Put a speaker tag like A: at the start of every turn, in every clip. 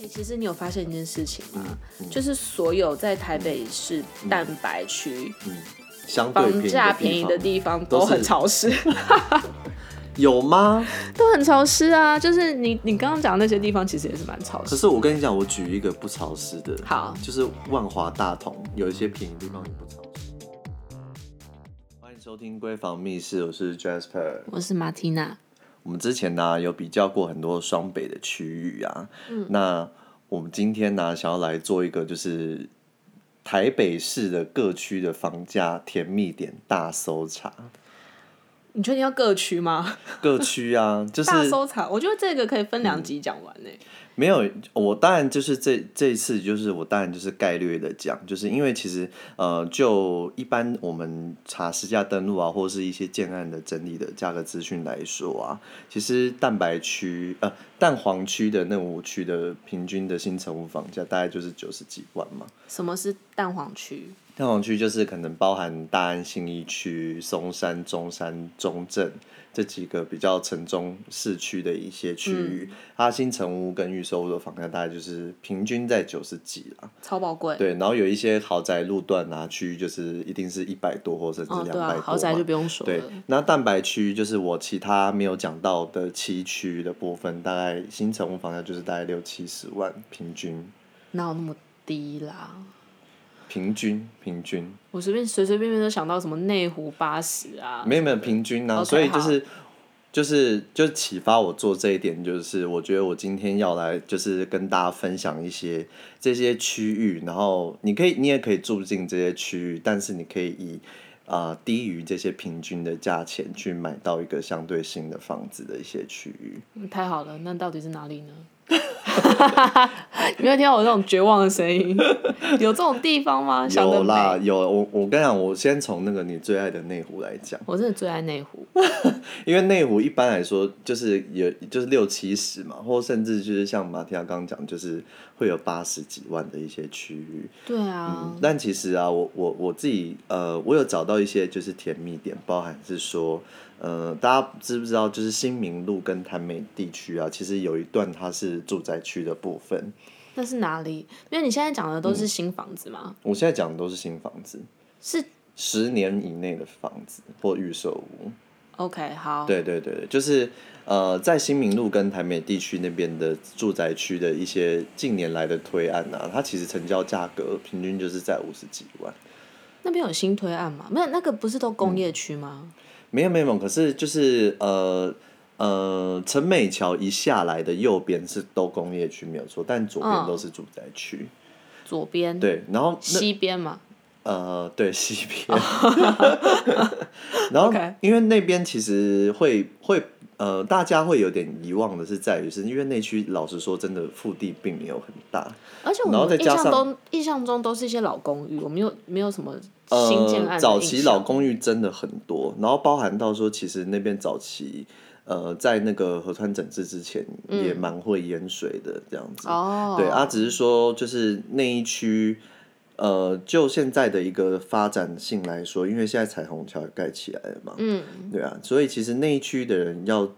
A: 欸其实你有发现一件事情吗？就是所有在台北市蛋白区
B: 相对
A: 房价便宜的
B: 地
A: 地方
B: 都
A: 都
B: 是
A: 很潮湿，
B: 方有吗？
A: 都很潮湿啊！就是你你刚刚讲的那些地方，其实也是蛮潮
B: 可
A: 湿。
B: 是我跟你讲，我举一个不潮湿的，
A: 好
B: 就是万华大同有一些便宜地方也不潮湿。欢迎收听《闺房密室》，我是 Jasper。
A: 我是马缇娜，
B: 我们之前呢、有比较过很多双北的区域啊，
A: 嗯
B: 那我们今天呢、想要来做一个就是台北市的各区的房价甜蜜点大搜查，
A: 你确定要各区吗？
B: 各区啊，就是
A: 大搜查，我觉得这个可以分两集讲完呢、
B: 没有，我当然就是这这一次就是我当然就是概略的讲，就是因为其实呃，就一般我们查实价登录啊，或是一些建案的整理的价格资讯来说啊，其实蛋白区呃蛋黄区的那五区的平均的新成屋房价大概就是九十几万嘛。
A: 什么是蛋黄区？
B: 蛋黄区就是可能包含大安信义区、松山、中山、中正这几个比较城中市区的一些区域，
A: 嗯
B: 它新城屋跟预售屋的房价大概就是平均在九十几啦。
A: 超宝贵。
B: 对，然后有一些豪宅路段啊区域就是一定是一百多或甚至
A: 哦，
B: 两百
A: 对
B: 多嘛、
A: 啊，豪宅就不用说
B: 对
A: 了。，
B: 那蛋白区就是我其他没有讲到的七区的部分，大概新城屋房价就是大概六七十万平均，
A: 哪有那么低啦？
B: 平均平均。
A: 我随便随随便便都想到什么内湖八十啊，
B: 没有没有平均呐、
A: OK，
B: 所以就是就是就启发我做这一点，就是我觉得我今天要来就是跟大家分享一些这些区域，然后你可以你也可以住进这些区域，但是你可以以啊、呃低于这些平均的价钱去买到一个相对新的房子的一些区域。
A: 嗯太好了，那到底是哪里呢？ 有没有听到我这种绝望的声音？ 有这种地方吗？想得
B: 有啦，
A: 美。
B: 有我我跟你讲，我先从那个你最爱的内湖来讲。
A: 我真的最爱内湖，
B: 因为内湖一般来说就是有就是六七十嘛，或甚至就是像马提亚刚刚讲，就是会有八十几万的一些区域。
A: 对啊，
B: 但其实啊，我我我自己呃，我有找到一些就是甜蜜点，包含是说，呃，大家知不知道，就是新民路跟潭美地区啊，其实有一段它是住宅区的部分。
A: 那是哪里？因为你现在讲的都是新房子嘛，
B: 我现在讲的都是新房子，
A: 是
B: 十年以内的房子或预售屋。
A: OK 好，
B: 对对对对，就是呃，在新民路跟台美地区那边的住宅区的一些近年来的推案啊，它其实成交价格平均就是在五十几万。
A: 那边有新推案吗？没有，那个不是都工业区吗？
B: 没有没有，可是就是呃呃，陈美桥一下来的右边是都工业区没有错，但左边
A: 嗯
B: 都是住宅区。
A: 左边
B: 对，然后那
A: 西边嘛，
B: 呃，对 西边，然
A: 哦
B: 后
A: OK
B: 因为那边其实会会呃，大家会有点遗忘的是在于是，因为那区老实说，真的腹地并没有很大，
A: 而且我
B: 然后再
A: 们印
B: 加
A: 象
B: 上
A: 中印象中都是一些老公寓，我没有没有什么新建案的印
B: 呃，
A: 象、
B: 早期老公寓真的很多，然后包含到说，其实那边早期呃，在那个河川整治之前
A: 嗯
B: 也蛮会淹水的这样子，
A: 哦，
B: 对啊，只是说就是那一区，呃，就现在的一个发展性来说，因为现在彩虹桥也盖起来了嘛，
A: 嗯，
B: 对啊，所以其实那一区的人要，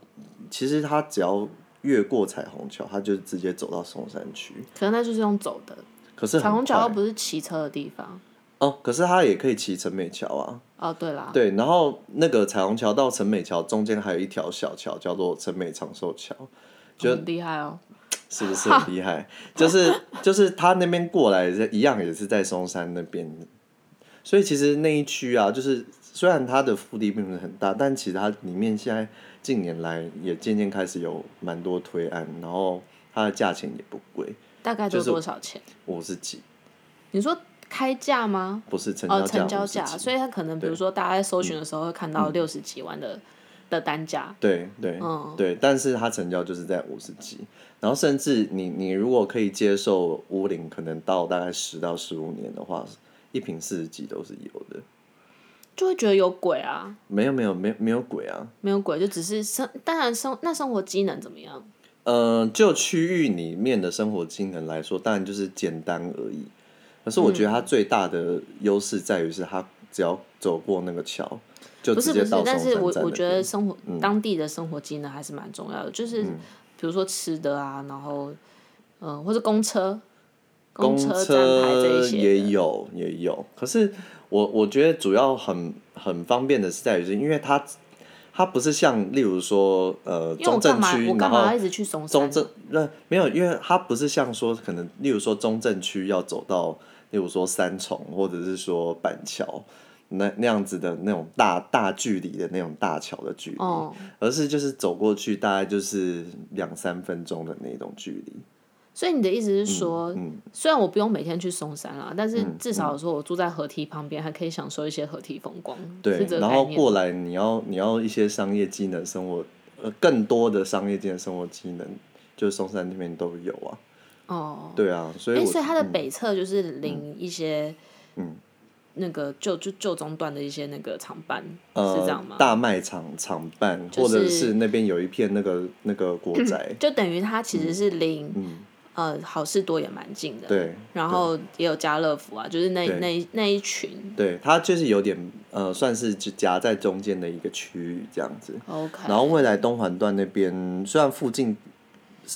B: 其实他只要越过彩虹桥，他就直接走到松山区，
A: 可能那就是用走的。
B: 可是很
A: 彩虹桥又
B: 快
A: 不是骑车的地方。
B: 哦，可是他也可以骑陈美桥啊，
A: 哦，对啦，
B: 对，然后那个彩虹桥到陈美桥中间还有一条小桥，叫做陈美长寿桥。就
A: 很厉害哦。
B: 是不是很厉害？就是就是他那边过来的一样，也是在松山那边，所以其实那一区啊，就是虽然它的腹地并不是很大，但其实它里面现在近年来也渐渐开始有蛮多推案，然后它的价钱也不贵，
A: 大概
B: 就
A: 就是多少钱？
B: 五十几，
A: 你说开价吗？
B: 不是成
A: 哦，
B: 交
A: 成
B: 价
A: 交
B: 五十
A: 价，
B: 几，嗯
A: 所以他可能比如说大家在搜寻的时候会看到六十几万的的单价。
B: 对对、
A: 嗯
B: 对，但是它成交就是在五十几，然后甚至你你如果可以接受屋龄可能到大概十到十五年的话，一平四十几都是有的。
A: 就会觉得有鬼啊，
B: 没有没有没没有鬼啊，
A: 没有鬼就只是生，当然生那生活机能怎么样？
B: 呃，就区域里面的生活机能
A: 嗯
B: 来说，当然就是简单而已。可是我觉得它最大的优势在于是它只要走过那个桥，就
A: 不是
B: 直
A: 不
B: 接
A: 是
B: 到，
A: 但
B: 松
A: 是
B: 山
A: 我
B: 站
A: 我
B: 那
A: 觉得
B: 边嗯
A: 生活、当地的生活技能还是蛮重要的，就是比如说吃的啊，然后嗯、呃或者公车、
B: 公
A: 车站牌这一些
B: 也
A: 的，
B: 有也有，可是我我觉得主要很很方便的是在于是，因为它它不是像例如说呃
A: 因为我
B: 中
A: 干
B: 正
A: 嘛
B: 区
A: 我，干
B: 然
A: 嘛
B: 后
A: 要一直去松山
B: 中
A: 呢？
B: 正那没有，因为它不是像说可能，例如说中正区要走到，例如说三重或者是说板桥那那样子的那种大大距离的那种大桥的距离，
A: 哦、
B: 而是就是走过去大概就是两三分钟的那种距离。
A: 所以你的意思是说，
B: 嗯
A: 虽然我不用每天去松山啦，但是至少说我住在河堤旁边，还可以享受一些河堤风光，
B: 对
A: 是这，个
B: 然
A: 概
B: 后
A: 念。
B: 过来你要你要一些商业技能、生活呃更多的商业技能、生活技能，就是松山那边都有啊。
A: 哦，
B: 对啊，所以
A: 哎、
B: 我嗯
A: 所以它的北侧就是临一些，那个旧就旧中段的一些那个厂办，是这样
B: 呃
A: 吗？
B: 大卖场厂办，
A: 就
B: 或者
A: 是
B: 是那边有一片那个那个国宅，
A: 就等于它其实是离、呃好事多也蛮近的，
B: 嗯对
A: 然后也有家乐福啊，就是那
B: 对
A: 那一那一群
B: 对，它就是有点呃，算是就夹在中间的一个区域这样子。
A: ，OK，
B: 然后未
A: 嗯
B: 来东环段那边虽然附近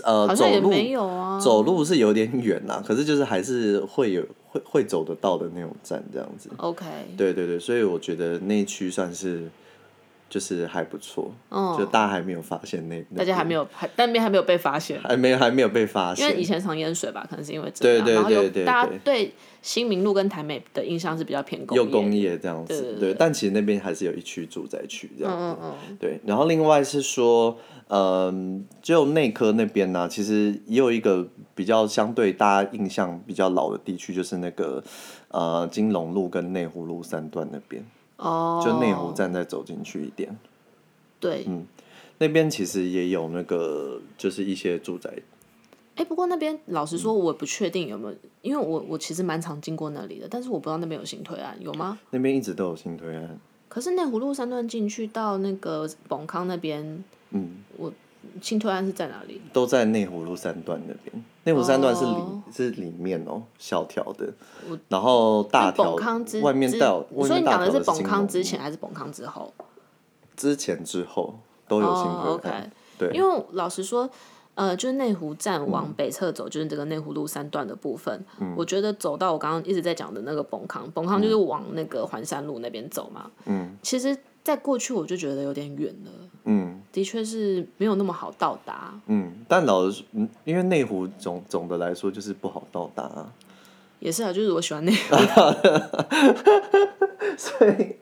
B: 呃
A: 好像
B: 走
A: 也
B: 路
A: 没有啊，
B: 走路是有点远啦，可是就是还是会有会会走得到的那种站这样子。
A: OK，
B: 对对对，所以我觉得那一区算是就是还不错，
A: 嗯
B: 就大家还没有发现那那
A: 大家还没有还那边还没有被发现。
B: 还没有还没有被发
A: 因
B: 现，
A: 为以前常淹水吧，可能是因为这样，
B: 对对
A: 然后有
B: 对对
A: 大家
B: 对
A: 对新民路跟台美的印象是比较偏工
B: 又
A: 业，
B: 工业这样子，
A: 对对对
B: 对，但其实那边还是有一区住宅区这
A: 嗯
B: 样子，
A: 嗯嗯，
B: 对。然后另外是说，嗯、就内科那边呢、其实也有一个比较相对大家印象比较老的地区，就是那个呃金龙路跟内湖路三段那边，
A: 哦，
B: 嗯就内湖嗯站再走进去一点，
A: 对，哎、
B: 那边其实也有那个就是一些住宅，
A: 哎不过那边老实说，我不确定有没有，因为我我其实蛮常经过那里的，但是我不知道那边有新推案有吗？
B: 那边一直都有新推案，
A: 可是内湖路三段进去到那个崩康那边，
B: 嗯，
A: 新推案是在哪里？
B: 都在内湖路三段那边。内湖三段是里、
A: 哦
B: 是里面哦，小条的，然后大条
A: 崩康之
B: 外面
A: 之
B: 到外
A: 所以
B: 面
A: 你
B: 大
A: 讲
B: 条
A: 的是
B: 金
A: 崩康
B: 融
A: 之前还是崩康之后？
B: 之前之后都有新
A: 哦
B: 推案。
A: ，OK，
B: 对嗯
A: 因为老实说，呃，就是内湖站往北侧走，就是这个内湖路三段的部分，我觉得走到我刚刚一直在讲的那个崩康，崩
B: 嗯
A: 康就是往那个环山路那边走嘛。嗯，其实，在过去我就觉得有点远了，
B: 嗯
A: 的确是没有那么好到达，
B: 嗯，但老实说，嗯因为内湖总总的来说就是不好到达、啊，
A: 也是啊，就是我喜欢那个，
B: 所以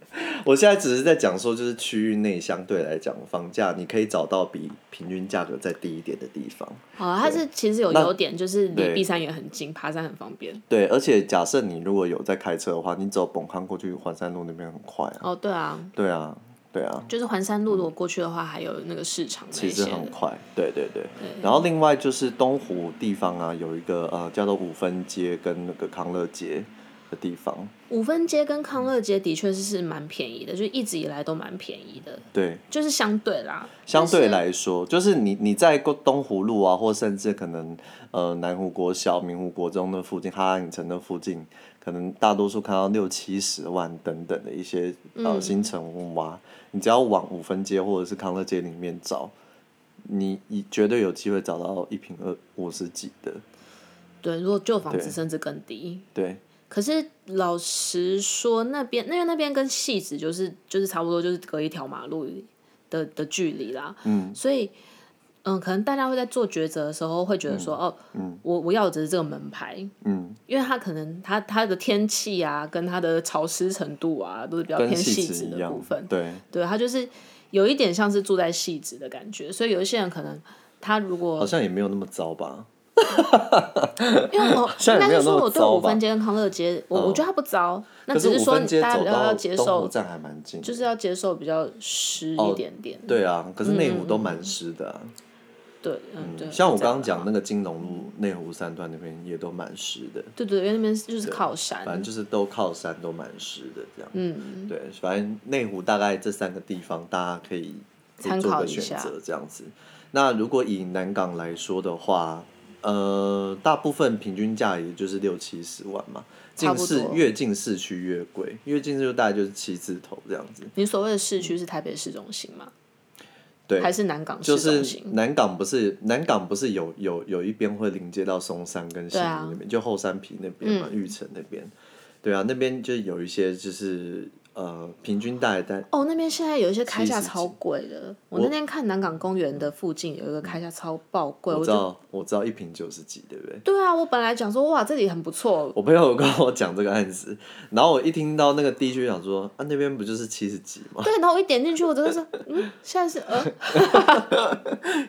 B: 我现在只是在讲说，就是区域内相对来讲，房价你可以找到比平均价格再低一点的地方。
A: 好啊，它是其实有
B: 那
A: 优点，就是离
B: 对
A: 碧山也很近，爬山很方便。
B: 对，而且假设你如果有在开车的话，你走本康过去环山路那边很快啊。
A: 哦，对啊，
B: 对啊，对啊。
A: 就是环山路如果过去的话，还有那个市场那
B: 其
A: 一
B: 实
A: 些
B: 很
A: 的。
B: 快，对对对。然后另外就是东湖地方啊，有一个呃叫做五分街跟那个康乐街的地方，
A: 五分街跟康乐街的确是是蛮便宜的，就一直以来都蛮便宜的，
B: 对，
A: 就是相对啦。
B: 相
A: 但
B: 对
A: 是，
B: 来说，就是你你在过东湖路啊，或甚至可能呃南湖国小、明湖国中的附近、哈拉影城的附近，可能大多数看到六七十万等等的一些呃新城屋啊，你只要往五分街或者是康乐街里面找，你你绝对有机会找到一平二五十几的，
A: 对，如果旧房子
B: 对
A: 甚至更低。
B: 对。
A: 可是老实说，那边那因为那边跟戏子就是就是差不多，就是隔一条马路的的距离啦。嗯，所以嗯，可能大家会在做抉择的时候会觉得说，哦，我我要的只是这个门牌，
B: 嗯，
A: 因为它可能它它的天气啊，跟它的潮湿程度啊，都是比较
B: 跟
A: 偏
B: 戏
A: 戏
B: 子
A: 子
B: 一
A: 的
B: 样
A: 部分。
B: 对，
A: 对，他就是有一点像是住在戏子的感觉，所以有一些人可能他如
B: 好
A: 果，
B: 像也没有那么糟
A: 嗯
B: 吧。
A: 因为我
B: 虽
A: 应该
B: 然没有
A: 是
B: 那
A: 说
B: 么
A: 我对
B: 糟
A: 五
B: 吧嗯
A: 分街跟康乐街，我我觉得它不糟，那
B: 可
A: 只
B: 五
A: 说
B: 分
A: 你
B: 街
A: 大家
B: 走
A: 比较要
B: 到
A: 接
B: 东湖
A: 受，
B: 站还蛮近的，
A: 就是要接受比较湿一点点。
B: 对啊，可是内湖都蛮湿的啊。
A: 对，嗯，对。
B: 像我刚刚
A: 这样
B: 讲那个金龙路、内湖三段那边也都蛮湿的，
A: 对对，因为那边就是靠
B: 反
A: 山
B: 正，就是都靠山都蛮湿的这样。
A: 嗯，
B: 对，反正内湖大概这三个地方大家可以可以
A: 参
B: 做
A: 考
B: 个
A: 一
B: 选
A: 下
B: 择这样子。那如果以南港来说的话，呃，大部分平均价也就是六七十万嘛。
A: 差
B: 近
A: 不
B: 市
A: 多。
B: 越近市区越贵，越近就大概就是七字头这样子。
A: 你所谓的市区是台北市中心吗？
B: 嗯对
A: 还是南港市
B: 就
A: 中
B: 是
A: 心？
B: 南港不是南港不是有有有一边会临接到松山跟新
A: 对
B: 营
A: 啊嗯
B: 那边，就后山皮那边嘛，玉城那边，对啊，那边就有一些就是呃平均大概在
A: 哦，那边现在有一些开价
B: 70
A: 超贵的。我那天看南港公园的附近有一个开价超爆贵，
B: 我
A: 我
B: 知
A: 就
B: 道我知道一瓶九十几，对不对？
A: 对啊，我本来讲说哇这里很不错，
B: 我朋友跟我讲这个案子，然后我一听到那个地区，想说啊那边不就是七十几吗？
A: 对，然后我一点进去，我真的是嗯，现在是呃，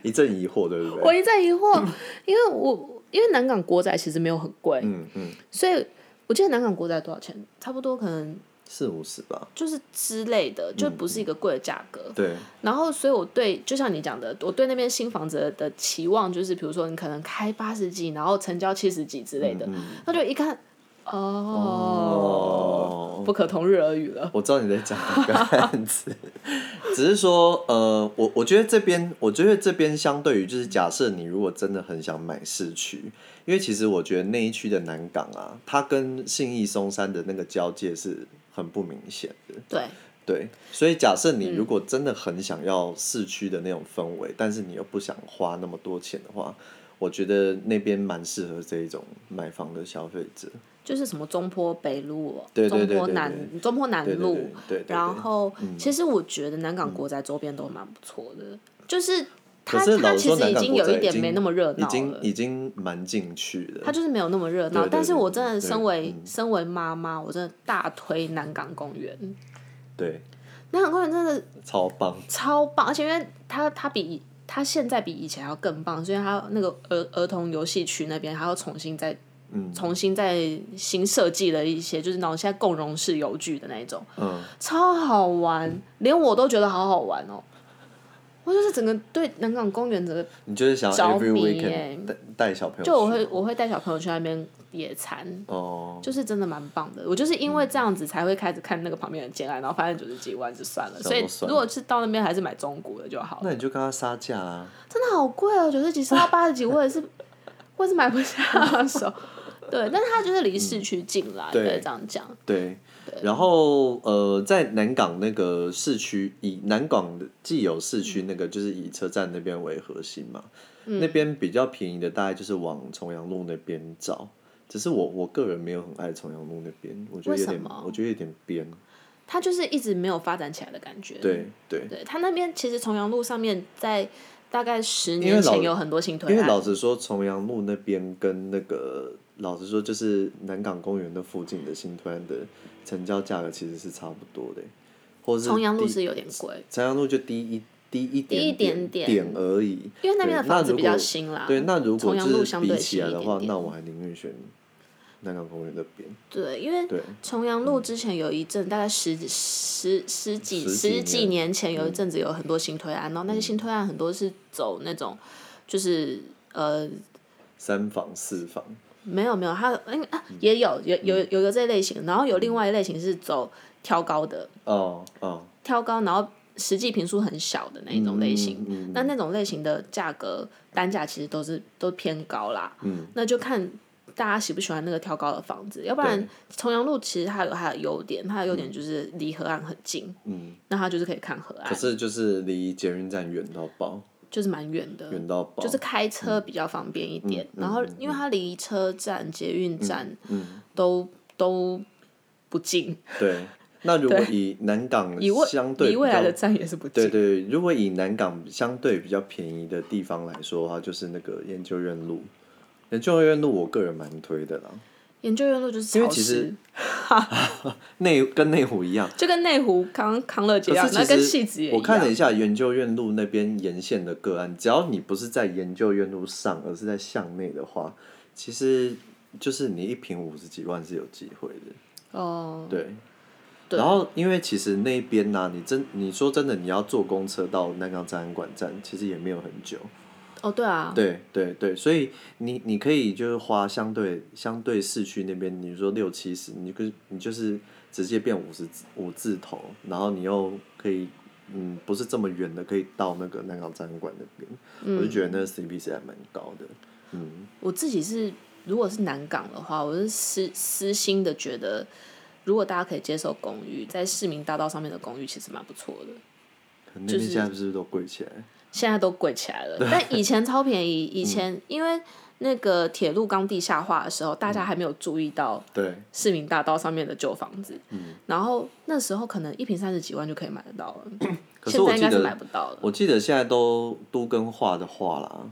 B: 一阵疑惑，对不
A: 我
B: 对？
A: 一再疑惑，因为我因为南港国仔其实没有很贵，
B: 嗯嗯，
A: 所以我记得南港国仔多少钱？差不多可能
B: 四五十吧，
A: 就是之类的，就不是一个贵的价格。
B: 对，
A: 然后，所以我对就像你讲的，我对那边新房子的期望就是，比如说你可能开八十几，然后成交七十几之类的，那就一看，哦，
B: 哦
A: 不可同日而语了。
B: 我知道你在讲哪个案子， 只是说，呃，我我觉得这边，我觉得这边相对于就是，假设你如果真的很想买市区，因为其实我觉得那一区的南港啊，它跟信义松山的那个交界是很不明显的，
A: 对，
B: 对，所以假设你
A: 嗯
B: 如果真的很想要市区的那种氛围，但是你又不想花那么多钱的话，我觉得那边蛮适合这一种买房的消费者，
A: 就是什么中坡北路、哦
B: 对对
A: 中
B: 对
A: 坡
B: 对
A: 南
B: 对
A: 中坡南
B: 对对
A: 路，
B: 对对对对，嗯
A: 然后、其实我觉得南港国宅周边都蛮不错的，就是它
B: 可是老
A: 它
B: 实
A: 其
B: 说，
A: 实
B: 南
A: 已
B: 港
A: 经
B: 国
A: 有
B: 宅
A: 一点没那么热
B: 已
A: 闹
B: 经
A: 了。
B: 已经蛮进去的。
A: 它就是没有那么热
B: 对
A: 闹，
B: 对
A: 但是
B: 对
A: 我
B: 对
A: 真的
B: 对嗯
A: 身为身为妈妈，我真的大推南港公园。
B: 对，
A: 南港公园真的
B: 超棒。
A: 超棒，而且因为它它比它现在比以前还要更棒，所以它那个儿儿童游戏区那边还要重新再。
B: 嗯
A: 重新再新设计了一些，就是那种现在共融式游具的那一种，
B: 嗯，
A: 超好玩，连我都觉得好好玩哦。我就是整个对南港公园整个，
B: 你就是想要
A: 着
B: every
A: 迷
B: weekend
A: 耶
B: 带带小朋友去，
A: 就我会我会带小朋友去那边野餐，
B: 哦，嗯
A: 就是真的蛮棒的。我就是因为这样子才会开始看那个旁边的建案，然后发现九十几万就算了。
B: 想
A: 所
B: 都
A: 以
B: 算了
A: 如果是到那边还是买中古的就好了。
B: 那你就跟他杀价啊。
A: 真的好贵哦，九十几升到八十几，我也是，我也是买不下手。 对，但是它就是离市区近啦，
B: 对
A: 对，这样讲。
B: 对，然后呃，在南港那个市区，以南港的既有市区那个就是以车站那边为核心嘛，
A: 嗯
B: 那边比较便宜的大概就是往重阳路那边找。只是我我个人没有很爱重阳路那边，我觉得有
A: 为
B: 点
A: 什么，
B: 我觉得有点边。
A: 它就是一直没有发展起来的感觉。，
B: 对对，
A: 对，它那边其实重阳路上面在大概十
B: 因为
A: 年
B: 老
A: 前有很多新推
B: 因为
A: 案
B: 老，实说，重阳路那边跟那个老实说，就是南港公园的附近的新推案的成交价格其实是差不多的，或是
A: 重阳路
B: 低
A: 是有点贵，
B: 重呃阳路就低一低一
A: 低一
B: 点
A: 点点
B: 点而已。
A: 因为那边的
B: 对
A: 房子比较。
B: 那
A: 新啦
B: 如果。对，那如果
A: 重阳路
B: 就是
A: 相
B: 比
A: 对
B: 起来的
A: 新一
B: 话，
A: 点点
B: 那我还宁愿选南港公园那边。
A: 对，因为
B: 对，
A: 重阳路之前有一阵，大概十几十十几十
B: 十几年嗯
A: 几年前有一阵子有很多新推案，然后那些新推案很多是走那种，就是呃
B: 三房四房，
A: 没有没有，它嗯啊也有有
B: 嗯
A: 有有个这类型，然后有另外一类型是走挑高的，
B: 哦哦，
A: 挑高然后实际平数很小的那一种类型。
B: 嗯嗯
A: 那那种类型的价格单价其实都是都偏高啦，嗯、那就看大家喜不喜欢那个挑高的房子，要不然
B: 对
A: 重阳路其实它有它的优点，它的优点就是离河岸很近，
B: 嗯，
A: 那它就是可以看河
B: 可
A: 岸，
B: 是就是离捷运站远到爆，
A: 就是蛮远的，
B: 远到爆，
A: 嗯就是开
B: 嗯
A: 车比较方便一点。然后因为它离车站、捷
B: 嗯
A: 运站、都都不近，
B: 对。那如果以南港
A: 以未
B: 相对
A: 以
B: 比
A: 未来
B: 较
A: 的站也是不
B: 对
A: 近。
B: 对，如果以南港相对比较便宜的地方来说的话，就是那个研究院路。研究院路我个人蛮推的啦，
A: 研究院路就是
B: 因为
A: 潮
B: 其实
A: 湿，
B: 内跟内湖一样。
A: 就跟内湖康康乐街一
B: 可
A: 样，那
B: 是
A: 跟
B: 其
A: 戏子也
B: 实
A: 一样。
B: 我看了一下研究院路那边沿线的个案，只要你不是在研究院路上，而是在巷内的话，其实就是你一瓶五十几万是有机会的。
A: 哦，
B: 对。
A: 对
B: 然后，因为其实那边呢、你真你说真的，你要坐公车到南港展览馆站，其实也没有很久。
A: 哦，对啊，
B: 对对对，所以你你可以就是花相对相对市区那边，你说六七十，你就是你就是直接变五十五字头，然后你又可以嗯不是这么远的，可以到那个
A: 嗯
B: 南港展览馆那边，我就觉得那个 CP 值还蛮高的。嗯，
A: 我自己是如果是南港的话，我是私私心的觉得，如果大家可以接受公寓，在市民大道上面的公寓其实蛮不错的。
B: 可能那边现在不是都贵起来？
A: 现在都贵起来了，但以前超便 宜。
B: 嗯
A: 以前、因为那个铁路刚地下化的时候，大家还没有注意到
B: 对，
A: 市民大道上面的旧房子，
B: 嗯
A: 然后那时候可能一平三十几万就可以买得到了，
B: 可是
A: 现
B: 我
A: 在应
B: 记
A: 该是
B: 得
A: 买不到了。
B: 我记得现在都都跟画的画啦，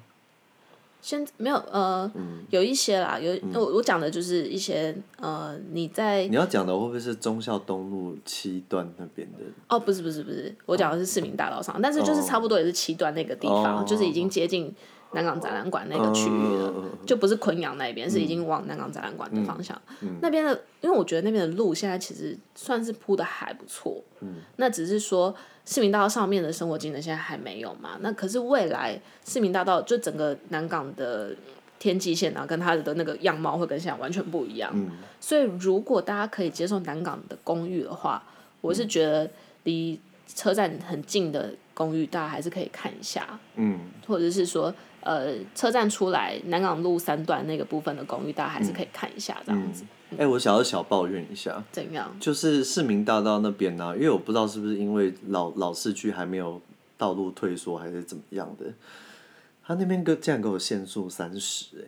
A: 现没有呃，
B: 嗯
A: 有一些啦，有我我讲的就是一些呃，你在
B: 你要讲的会不会是忠孝东路七段那边的？
A: 哦，不是不是不是，我讲的是市民大道上，但是就是
B: 哦
A: 差不多也是七段那个地
B: 哦
A: 方，就是已经接近南港展览馆那个区域了
B: 嗯嗯嗯，
A: 就不是昆阳那边，是已经往南港展览馆的方向。
B: 嗯
A: 那边的，因为我觉得那边的路现在其实算是铺的还不错，
B: 嗯
A: 那只是说市民大道上面的生活机能现在还没有嘛，那可是未来市民大道就整个南港的。天际线啊，跟它的那个样貌会跟现在完全不一样，
B: 嗯
A: 所以如果大家可以接受南港的公寓的话，我是觉得离车站很近的公寓，大家还是可以看一下，
B: 嗯，
A: 或者是说，呃，车站出来南港路三段那个部分的公寓，大家还是
B: 嗯
A: 可以看一下，这样子、
B: 哎、我想要小抱怨一下，
A: 怎样？
B: 就是市民大道那边啊呢、因为我不知道是不是因为老老市区还没有道路退缩还是怎么样的，他那边给竟然给我限速三十哎，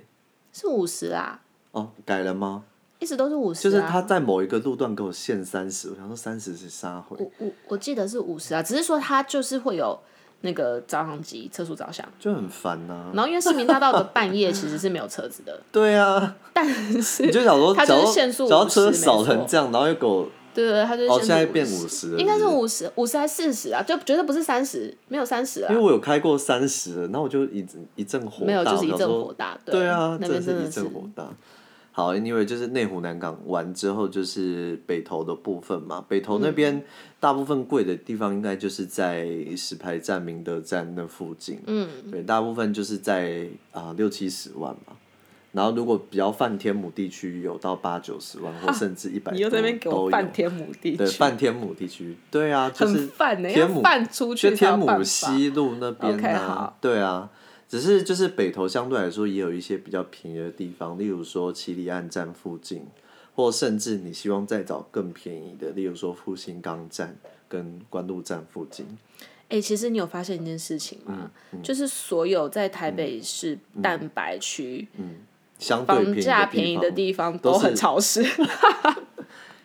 A: 是五十啊，
B: 哦，改了吗？
A: 一直都是五十、啊，
B: 就是他在某一个路段给我限三十，我想说三十是啥回？
A: 我我我记得是五十啊，只是说它就是会有那个照相机测速照相，
B: 就很烦呐、
A: 然后因为市民大道的半夜其实是没有车子 的，
B: 对 啊，但是你就想说，
A: 它
B: 只
A: 就是
B: 要
A: 限速
B: 只要
A: 50
B: 车
A: 没
B: 少
A: 错
B: 成这样，然后又给我
A: 对对对，它就是
B: 哦，
A: 限
B: 现
A: 制
B: 在变
A: 50
B: 五十，
A: 应该是五十五十还是四十啊，就绝对不是三十，没有三十啊
B: 因为。我有开过三十，然后我就一阵一阵火大，
A: 没有，就是一
B: 我想
A: 阵
B: 说
A: 火大。
B: 对啊，
A: 那
B: 真
A: 边
B: 的是一
A: 的是
B: 阵火大。好，Anyway，就是内湖南港完之后，就是北投的部分嘛。北投那
A: 嗯
B: 边大部分贵的地方，应该就是在石牌站、明德站那附近。嗯，对，大部分就是在啊六七十万嘛。然后如果比较泛天母地区，有到八九十万，或甚至一百、
A: 啊你又在那边给我
B: 半
A: 泛天母地
B: 对，
A: 区，
B: 泛天母地区，对啊，就是
A: 很泛呢、
B: 天
A: 要
B: 母
A: 泛出去
B: 就
A: 才有
B: 天
A: 办法。
B: 母西路那边
A: OK，
B: 啊
A: 好，
B: 对啊，只是就是北投相对来说也有一些比较便宜的地方，例如说七里岸站附近，或甚至你希望再找更便宜的，例如说复兴岗站跟关渡站附近。
A: 哎、其实你有发现一件事情吗？
B: 嗯
A: 就是所有在台北市蛋白区、
B: 相嗯对
A: 房价便
B: 便
A: 宜
B: 宜
A: 的
B: 的
A: 地方
B: 都
A: 都
B: 是
A: 很潮 湿，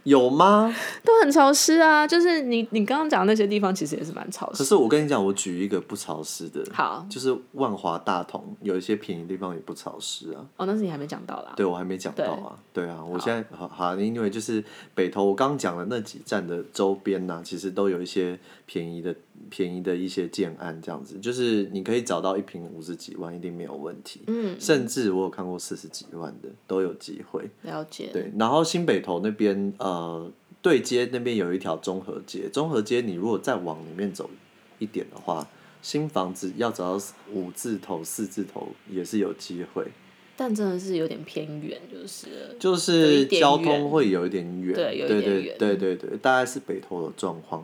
B: 有吗？
A: 都很潮湿啊！就是你你刚刚讲的那些地方，其实也是蛮潮
B: 可
A: 湿。
B: 是我跟你讲，我举一个不潮湿的，
A: 好，
B: 就是万华大同有一些便宜的地方也不潮湿啊。
A: 哦，那是你还没讲到啦。
B: 对，我还没讲到啊。对啊，我现在好好，因为就是北投，我刚刚讲的那几站的周边呐、其实都有一些便宜的、便宜的一些建案，这样子，就是你可以找到一瓶五十几万，一定没有问题。嗯，甚至我有看过四十几万的，都有机会。
A: 了解。
B: 对，然后新北投那边，呃，对街那边有一条中和街，中和街你如果再往里面走一点的话，新房子要找到五字头、四字头也是有机会。
A: 但真的是有点偏远，就是了
B: 就是交通会有一点远，
A: 对有一
B: 对
A: 点
B: 对
A: 远
B: 对对对，大概是北投的状况。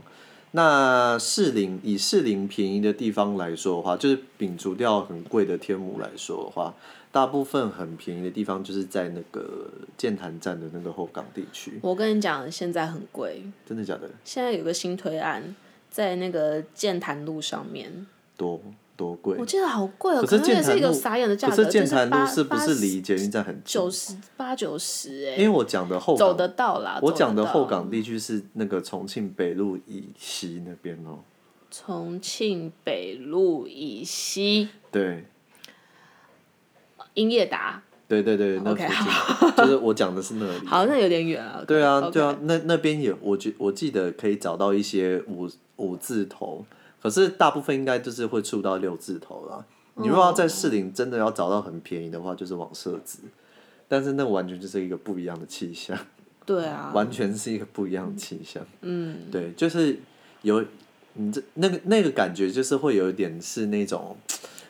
B: 那士林以士林便宜的地方来说的话，就是摒除掉很贵的天母来说的话，大部分很便宜的地方就是在那个剑潭站的那个后港地区，
A: 我跟你讲，现在很贵。
B: 真的假的？
A: 现在有个新推案，在那个建潭路上面，
B: 多多贵
A: 我？记得好贵哦、
B: 可是
A: 能也
B: 剑
A: 是
B: 潭
A: 一个
B: 路
A: 傻眼的价
B: 可
A: 格，
B: 是
A: 就
B: 剑潭路
A: 八
B: 是不是
A: 八
B: 离捷运站很近？
A: 九十八九十
B: 因
A: 哎，
B: 为我讲的后
A: 走
B: 港，
A: 得到啦。
B: 我
A: 走
B: 讲
A: 得
B: 的
A: 到
B: 后港地区是那个重庆北路以西那边哦、
A: 重庆北路以西，
B: 对。
A: 英业达，
B: 对对对，那附
A: OK，
B: 近 就是我讲的是那里。
A: 好，那有点远啊。
B: 对啊，
A: OK
B: 对啊，那那边也，我记我记得可以找到一些五五字头，可是大部分应该就是会触到六字头啦。你如果要在
A: 哦
B: 士林真的要找到很便宜的话，就是往社子，但是那完全就是一个不一样的气象，
A: 对啊，
B: 完全是一个不一样的气象。嗯，对，就是有你这那个那个感觉，就是会有一点是那种，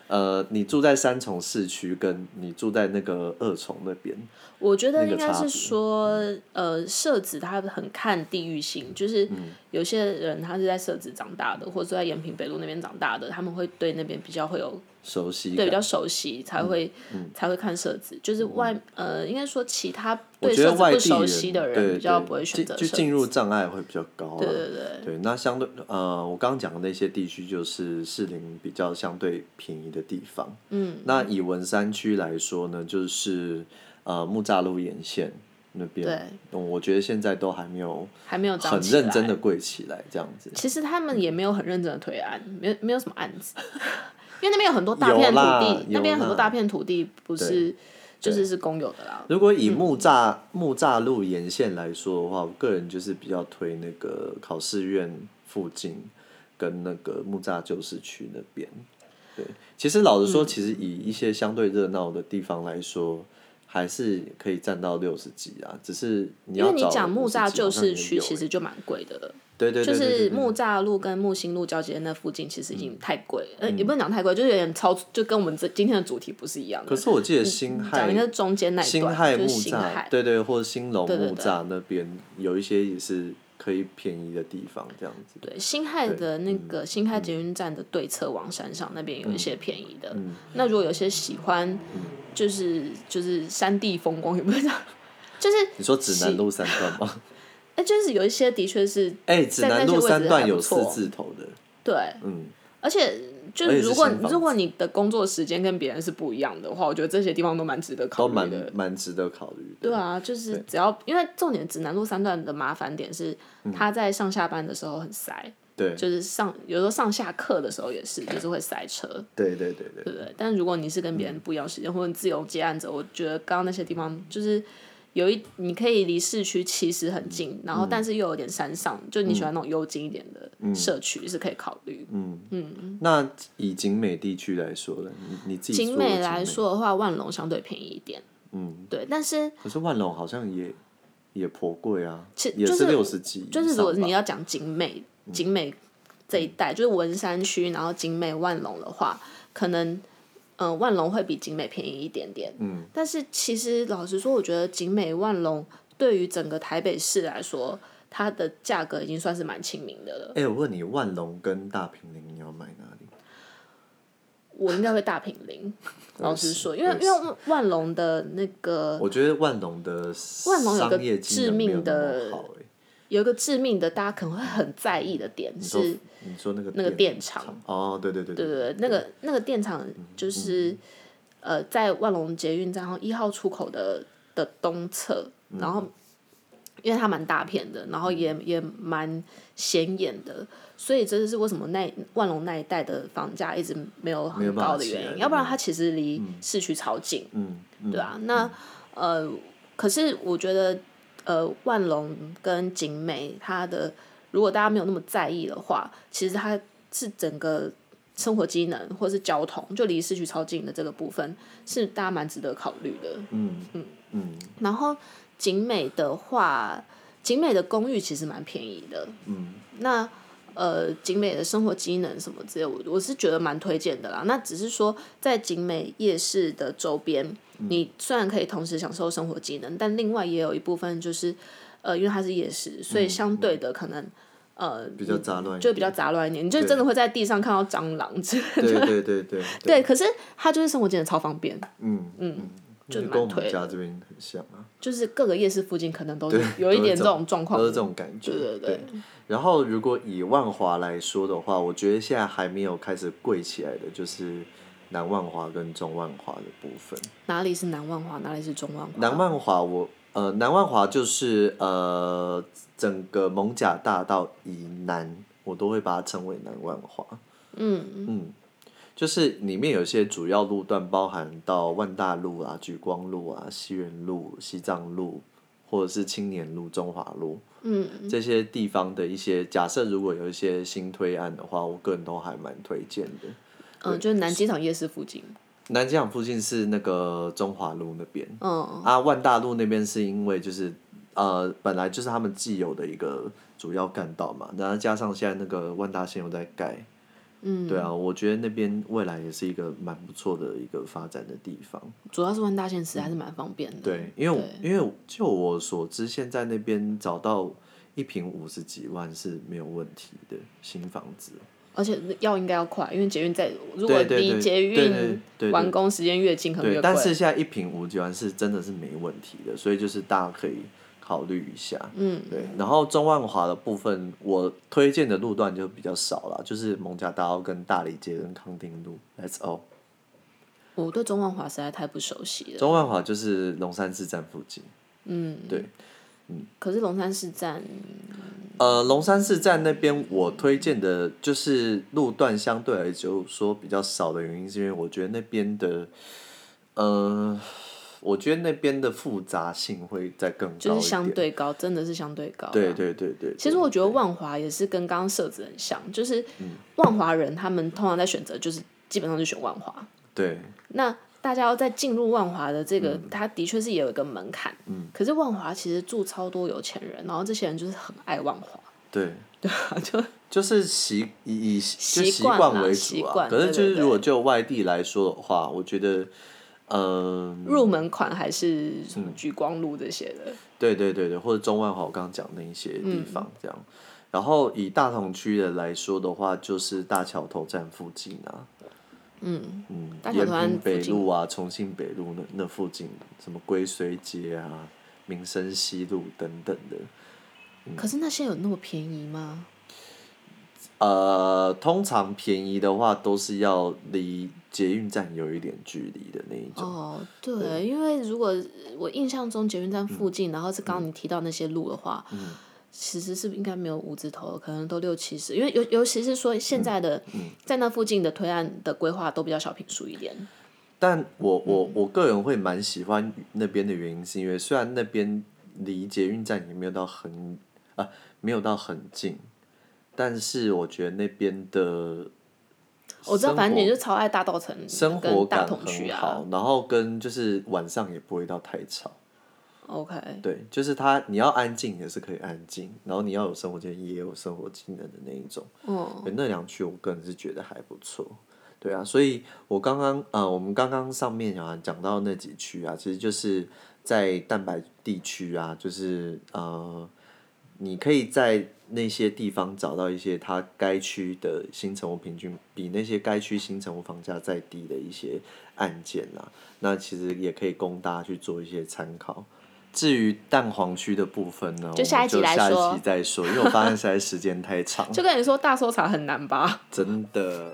B: 呃，你住在三重市区，跟你住在那个二重那边。
A: 我觉得
B: 那个
A: 应该
B: 差别
A: 是说，呃，社子他很看地域性，就是
B: 嗯
A: 有些人他是在社子长大的，或者在延平北路那边长大的，他们会对那边比较会有
B: 熟悉
A: 对，比
B: 感。
A: 较熟悉，才
B: 嗯
A: 会、才会看社子。就是外、呃，应该说其他
B: 我
A: 对
B: 觉
A: 社
B: 得
A: 子
B: 外
A: 不
B: 地
A: 熟悉的
B: 对
A: 人比较
B: 对
A: 不会选
B: 进
A: 择
B: 就
A: 社
B: 进
A: 子
B: 入障碍会比较高了。
A: 对对对，
B: 对，那相对呃，我刚刚讲的那些地区就是士林比较相对便宜的地方。
A: 嗯，
B: 那以文山区来说呢，就是呃木栅路沿线那边，对，我觉得现在都还没有
A: 还没有长
B: 很
A: 起来
B: 认真的贵起来，这样子。
A: 其实他们也没有很认真的推案，没有没有什么案子， 因为那边有很多大
B: 有
A: 片土
B: 啦
A: 地，
B: 有
A: 那边很多
B: 啦
A: 大片土地不是就是是公有的啦。
B: 如果以木栅、木栅路沿线来说的话，我个人就是比较推那个考试院附近跟那个木栅旧市区那边。对，其实老实
A: 嗯
B: 说，其实以一些相对热闹的地方来说，还是可以占到六十几啊。只是你
A: 因
B: 要
A: 为你
B: 找
A: 讲木
B: 50
A: 栅
B: 几
A: 旧
B: 好像也
A: 市区，
B: 有
A: 其
B: 欸
A: 实就蛮贵的了。
B: 对对
A: 就
B: 对对对
A: 是
B: 对嗯
A: 木栅路跟木星路交接那附近，其实已经太贵了，呃，也不能讲太贵，就是有点超，就跟我们这今天的主题不是一样的。
B: 可是我记得辛亥
A: 讲一个中间那一
B: 辛
A: 段，
B: 亥
A: 就
B: 木
A: 是辛
B: 栅，
A: 亥，
B: 对对，或者兴隆
A: 对对
B: 木
A: 对
B: 栅那边有一些也是可以便宜的地方，这样子。
A: 对，辛亥的那
B: 嗯
A: 个辛亥捷运站的对侧往山上那边有一些便宜的。
B: 嗯
A: 那如果有些喜欢，就是就是山地风光，有没有这样？就是
B: 你说指南路三段吗？
A: 哎、就是有一些的确是
B: 哎、指南路三段有四字头的，
A: 对，
B: 嗯，
A: 而且就
B: 而且
A: 是
B: 是
A: 如果
B: 新房子
A: 如果你的工作时间跟别人是不一样的话，我觉得这些地方都蛮值得考
B: 都
A: 虑
B: 蛮
A: 的。
B: 蛮值得考虑的。
A: 对啊，就是只要因为重点指南路三段的麻烦点是，它在上下班的时候很塞，
B: 嗯对
A: 就是上有时候上下课的时候也是，就是会塞车。
B: 对对对对
A: 对不对？但如果你是跟别人不一样时间，或者你自由接案者，我觉得刚刚那些地方就是有一，你可以离市区其实很近，然后但是又有点山上，就你喜欢那种幽静一点的社区是可以考虑。
B: 嗯那以景美地区来说呢，你你自己
A: 景
B: 住的
A: 美来，说的话，万隆相对便宜一点，
B: 嗯，
A: 对，但是
B: 可是万隆好像也也颇贵啊，
A: 其
B: 也
A: 就是
B: 六十几以上吧，嗯
A: 就是如果你要讲景美，景美这一带、就是文山区，然后景美万隆的话，可能嗯、呃万隆会比景美便宜一点点。嗯，但是其实老实说，我觉得景美万隆对于整个台北市来说，它的价格已经算是蛮亲民的了。
B: 哎、我问你，万隆跟大平林你要买哪里？
A: 我应该会大平 零，老实说，因
B: 我
A: 为
B: 也是
A: 因为万隆的那个
B: 我觉得万隆的
A: 呃万隆有个
B: 商业机能没有那么
A: 致命的
B: 好哎、
A: 有一个致命的，大家可能会很在意的点
B: 你说
A: 是，
B: 你说那个
A: 那个
B: 电
A: 电厂
B: 哦，对对嗯对对
A: 对对对，那个那个电厂就是、呃，在万隆捷运站然后一号出口的的东侧，然后、因为它蛮大片的，然后也
B: 嗯
A: 也蛮显眼的，所以这就是为什么那万隆那一带的房价一直没有
B: 没有
A: 很
B: 办法
A: 高的
B: 起来
A: 原因，
B: 对
A: 要不然它其实离市区超近，
B: 嗯嗯，
A: 对啊，那呃，可是我觉得呃，万隆跟景美它的，如果大家没有那么在意的话，其实它是整个生活机能或是交通，就离市区超近的这个部分，是大家蛮值得考虑的。
B: 嗯嗯嗯
A: 然后景美的话，景美的公寓其实蛮便宜的。
B: 嗯，
A: 那呃，景美的生活机能什么之类，我我是觉得蛮推荐的啦。那只是说，在景美夜市的周边，
B: 嗯
A: 你虽然可以同时享受生活机能，但另外也有一部分就是，呃，因为它是夜市，所以相对的可能。呃，
B: 比较杂乱一点
A: 就比较杂乱一点，你就真的会在地上看到蟑螂之类的。
B: 对对对对
A: 对，可是它就是生活机能超方便，
B: 嗯嗯，
A: 就
B: 那
A: 蛮
B: 跟我
A: 推
B: 们
A: 的
B: 家这边很像啊，
A: 就是各个夜市附近可能都
B: 对
A: 有一
B: 都是
A: 点
B: 这
A: 这
B: 种
A: 种状况。
B: 都是这种感觉。
A: 对对对
B: 然后，如果以万华来说的话，我觉得现在还没有开始贵起来的，就是南万华跟中万华的部分。
A: 哪里是南万华，哪里是中万华？
B: 南万华我呃，南万华就是呃，整个蒙甲大道以南，我都会把它称为南万华。
A: 嗯，
B: 嗯，就是里面有些主要路段，包含到万大路啊、莒光路啊、西园路、西藏路，或者是青年路、中华路，
A: 嗯，
B: 这些地方的一些假设，如果有一些新推案的话，我个人都还蛮推荐的。
A: 嗯，就是南机场夜市附近。
B: 南机场附近是那个中华路那边，
A: 嗯，
B: 啊，万大路那边是因为就是呃，本来就是他们既有的一个主要干道嘛，然后加上现在那个万大线又在盖，嗯，对啊，我觉得那边未来也是一个蛮不错的一个发展的地方。
A: 主要是万大线其实还是蛮方便的。
B: 嗯对，因为我因为就我所知，现在那边找到一平五十几万是没有问题的新房子，
A: 而且要应该要快，因为捷运在如果
B: 对对
A: 离
B: 对
A: 捷
B: 对对
A: 运
B: 对对
A: 完工时间越近，可能
B: 对
A: 越，贵
B: 但。是现在一瓶五九丸是真的是没问题的，所以就是大家可以考虑一下。
A: 嗯，
B: 对。然后中万华的部分，我推荐的路段就比较少了，就是蒙贾大道跟大理街跟康定路。That's all。
A: 我对中万华实在太不熟悉了。
B: 中万华就是龙山寺站附近。嗯，对。
A: 可是龙山市站，嗯
B: 呃，龙山寺站那边我推荐的就是路段相对来就说比较少的原因，是因为我觉得那边的，呃，我觉得那边的复杂性会再更高一点。
A: 就是相对高，真的是相对高啊。
B: 对对对对。嗯
A: 其实我觉得万华也是跟刚刚设置很像，就是万华人他们通常在选择就是基本上就选万华。
B: 对
A: 那大家要在进入万华的这个，它的确是也有一个门槛。嗯。可是万华其实住超多有钱人，然后这些人就是很爱万华。
B: 对，
A: 对啊，就
B: 就是习以以就习
A: 习惯啦
B: 惯为主
A: 习
B: 啊。
A: 惯
B: 可是
A: 对
B: 就
A: 对
B: 是
A: 对
B: 如果就外地来说的话，我觉得，嗯、
A: 入门款还是什么聚光路这些的，
B: 对对对对，或者中万华我刚刚讲那一些地方
A: 嗯
B: 这样。然后以大同区的来说的话，就是大桥头站附近啊，嗯
A: 大桥
B: 延
A: 头站
B: 平北
A: 附近
B: 路啊、重庆北路那那附近，什么龟虽街啊、民生西路等等的，
A: 可是那些有那么便宜吗？
B: 呃，通常便宜的话都是要离捷运站有一点距离的那一种。
A: 哦，对，因为如果我印象中捷运站附近，然后是刚刚你提到那些路的话，其实是应该没有五字头，可能都六七十，因为尤尤其是说现在的、在那附近的推案的规划都比较小平数一点，
B: 但我我我个人会蛮喜欢那边的原因，是因为虽然那边离捷运站也没有到很啊，没有到很近，但是我觉得那边的
A: 我知道，
B: 生
A: 反正你就
B: 活
A: 超爱大道城
B: 生活
A: 跟大
B: 感
A: 同区
B: 很
A: 啊
B: 好，然后跟就是晚上也不会到太吵，
A: ，OK，
B: 对，就是它你要安静也是可以安静，然后你要有生活技能也有生活技能的那一种。
A: 嗯，
B: 对那两区我个人是觉得还不错。对啊，所以我刚刚呃，我们刚刚上面啊讲到那几区啊，其实就是在蛋白地区啊，就是呃，你可以在那些地方找到一些它该区的新成屋平均比那些该区新成屋房价再低的一些案件啊，那其实也可以供大家去做一些参考。至于蛋黄区的部分呢，
A: 就下一集
B: 我们
A: 来
B: 就下一
A: 说
B: 集再说，因为我发现实在时间太长了。
A: 就跟你说大搜查很难吧。
B: 真的。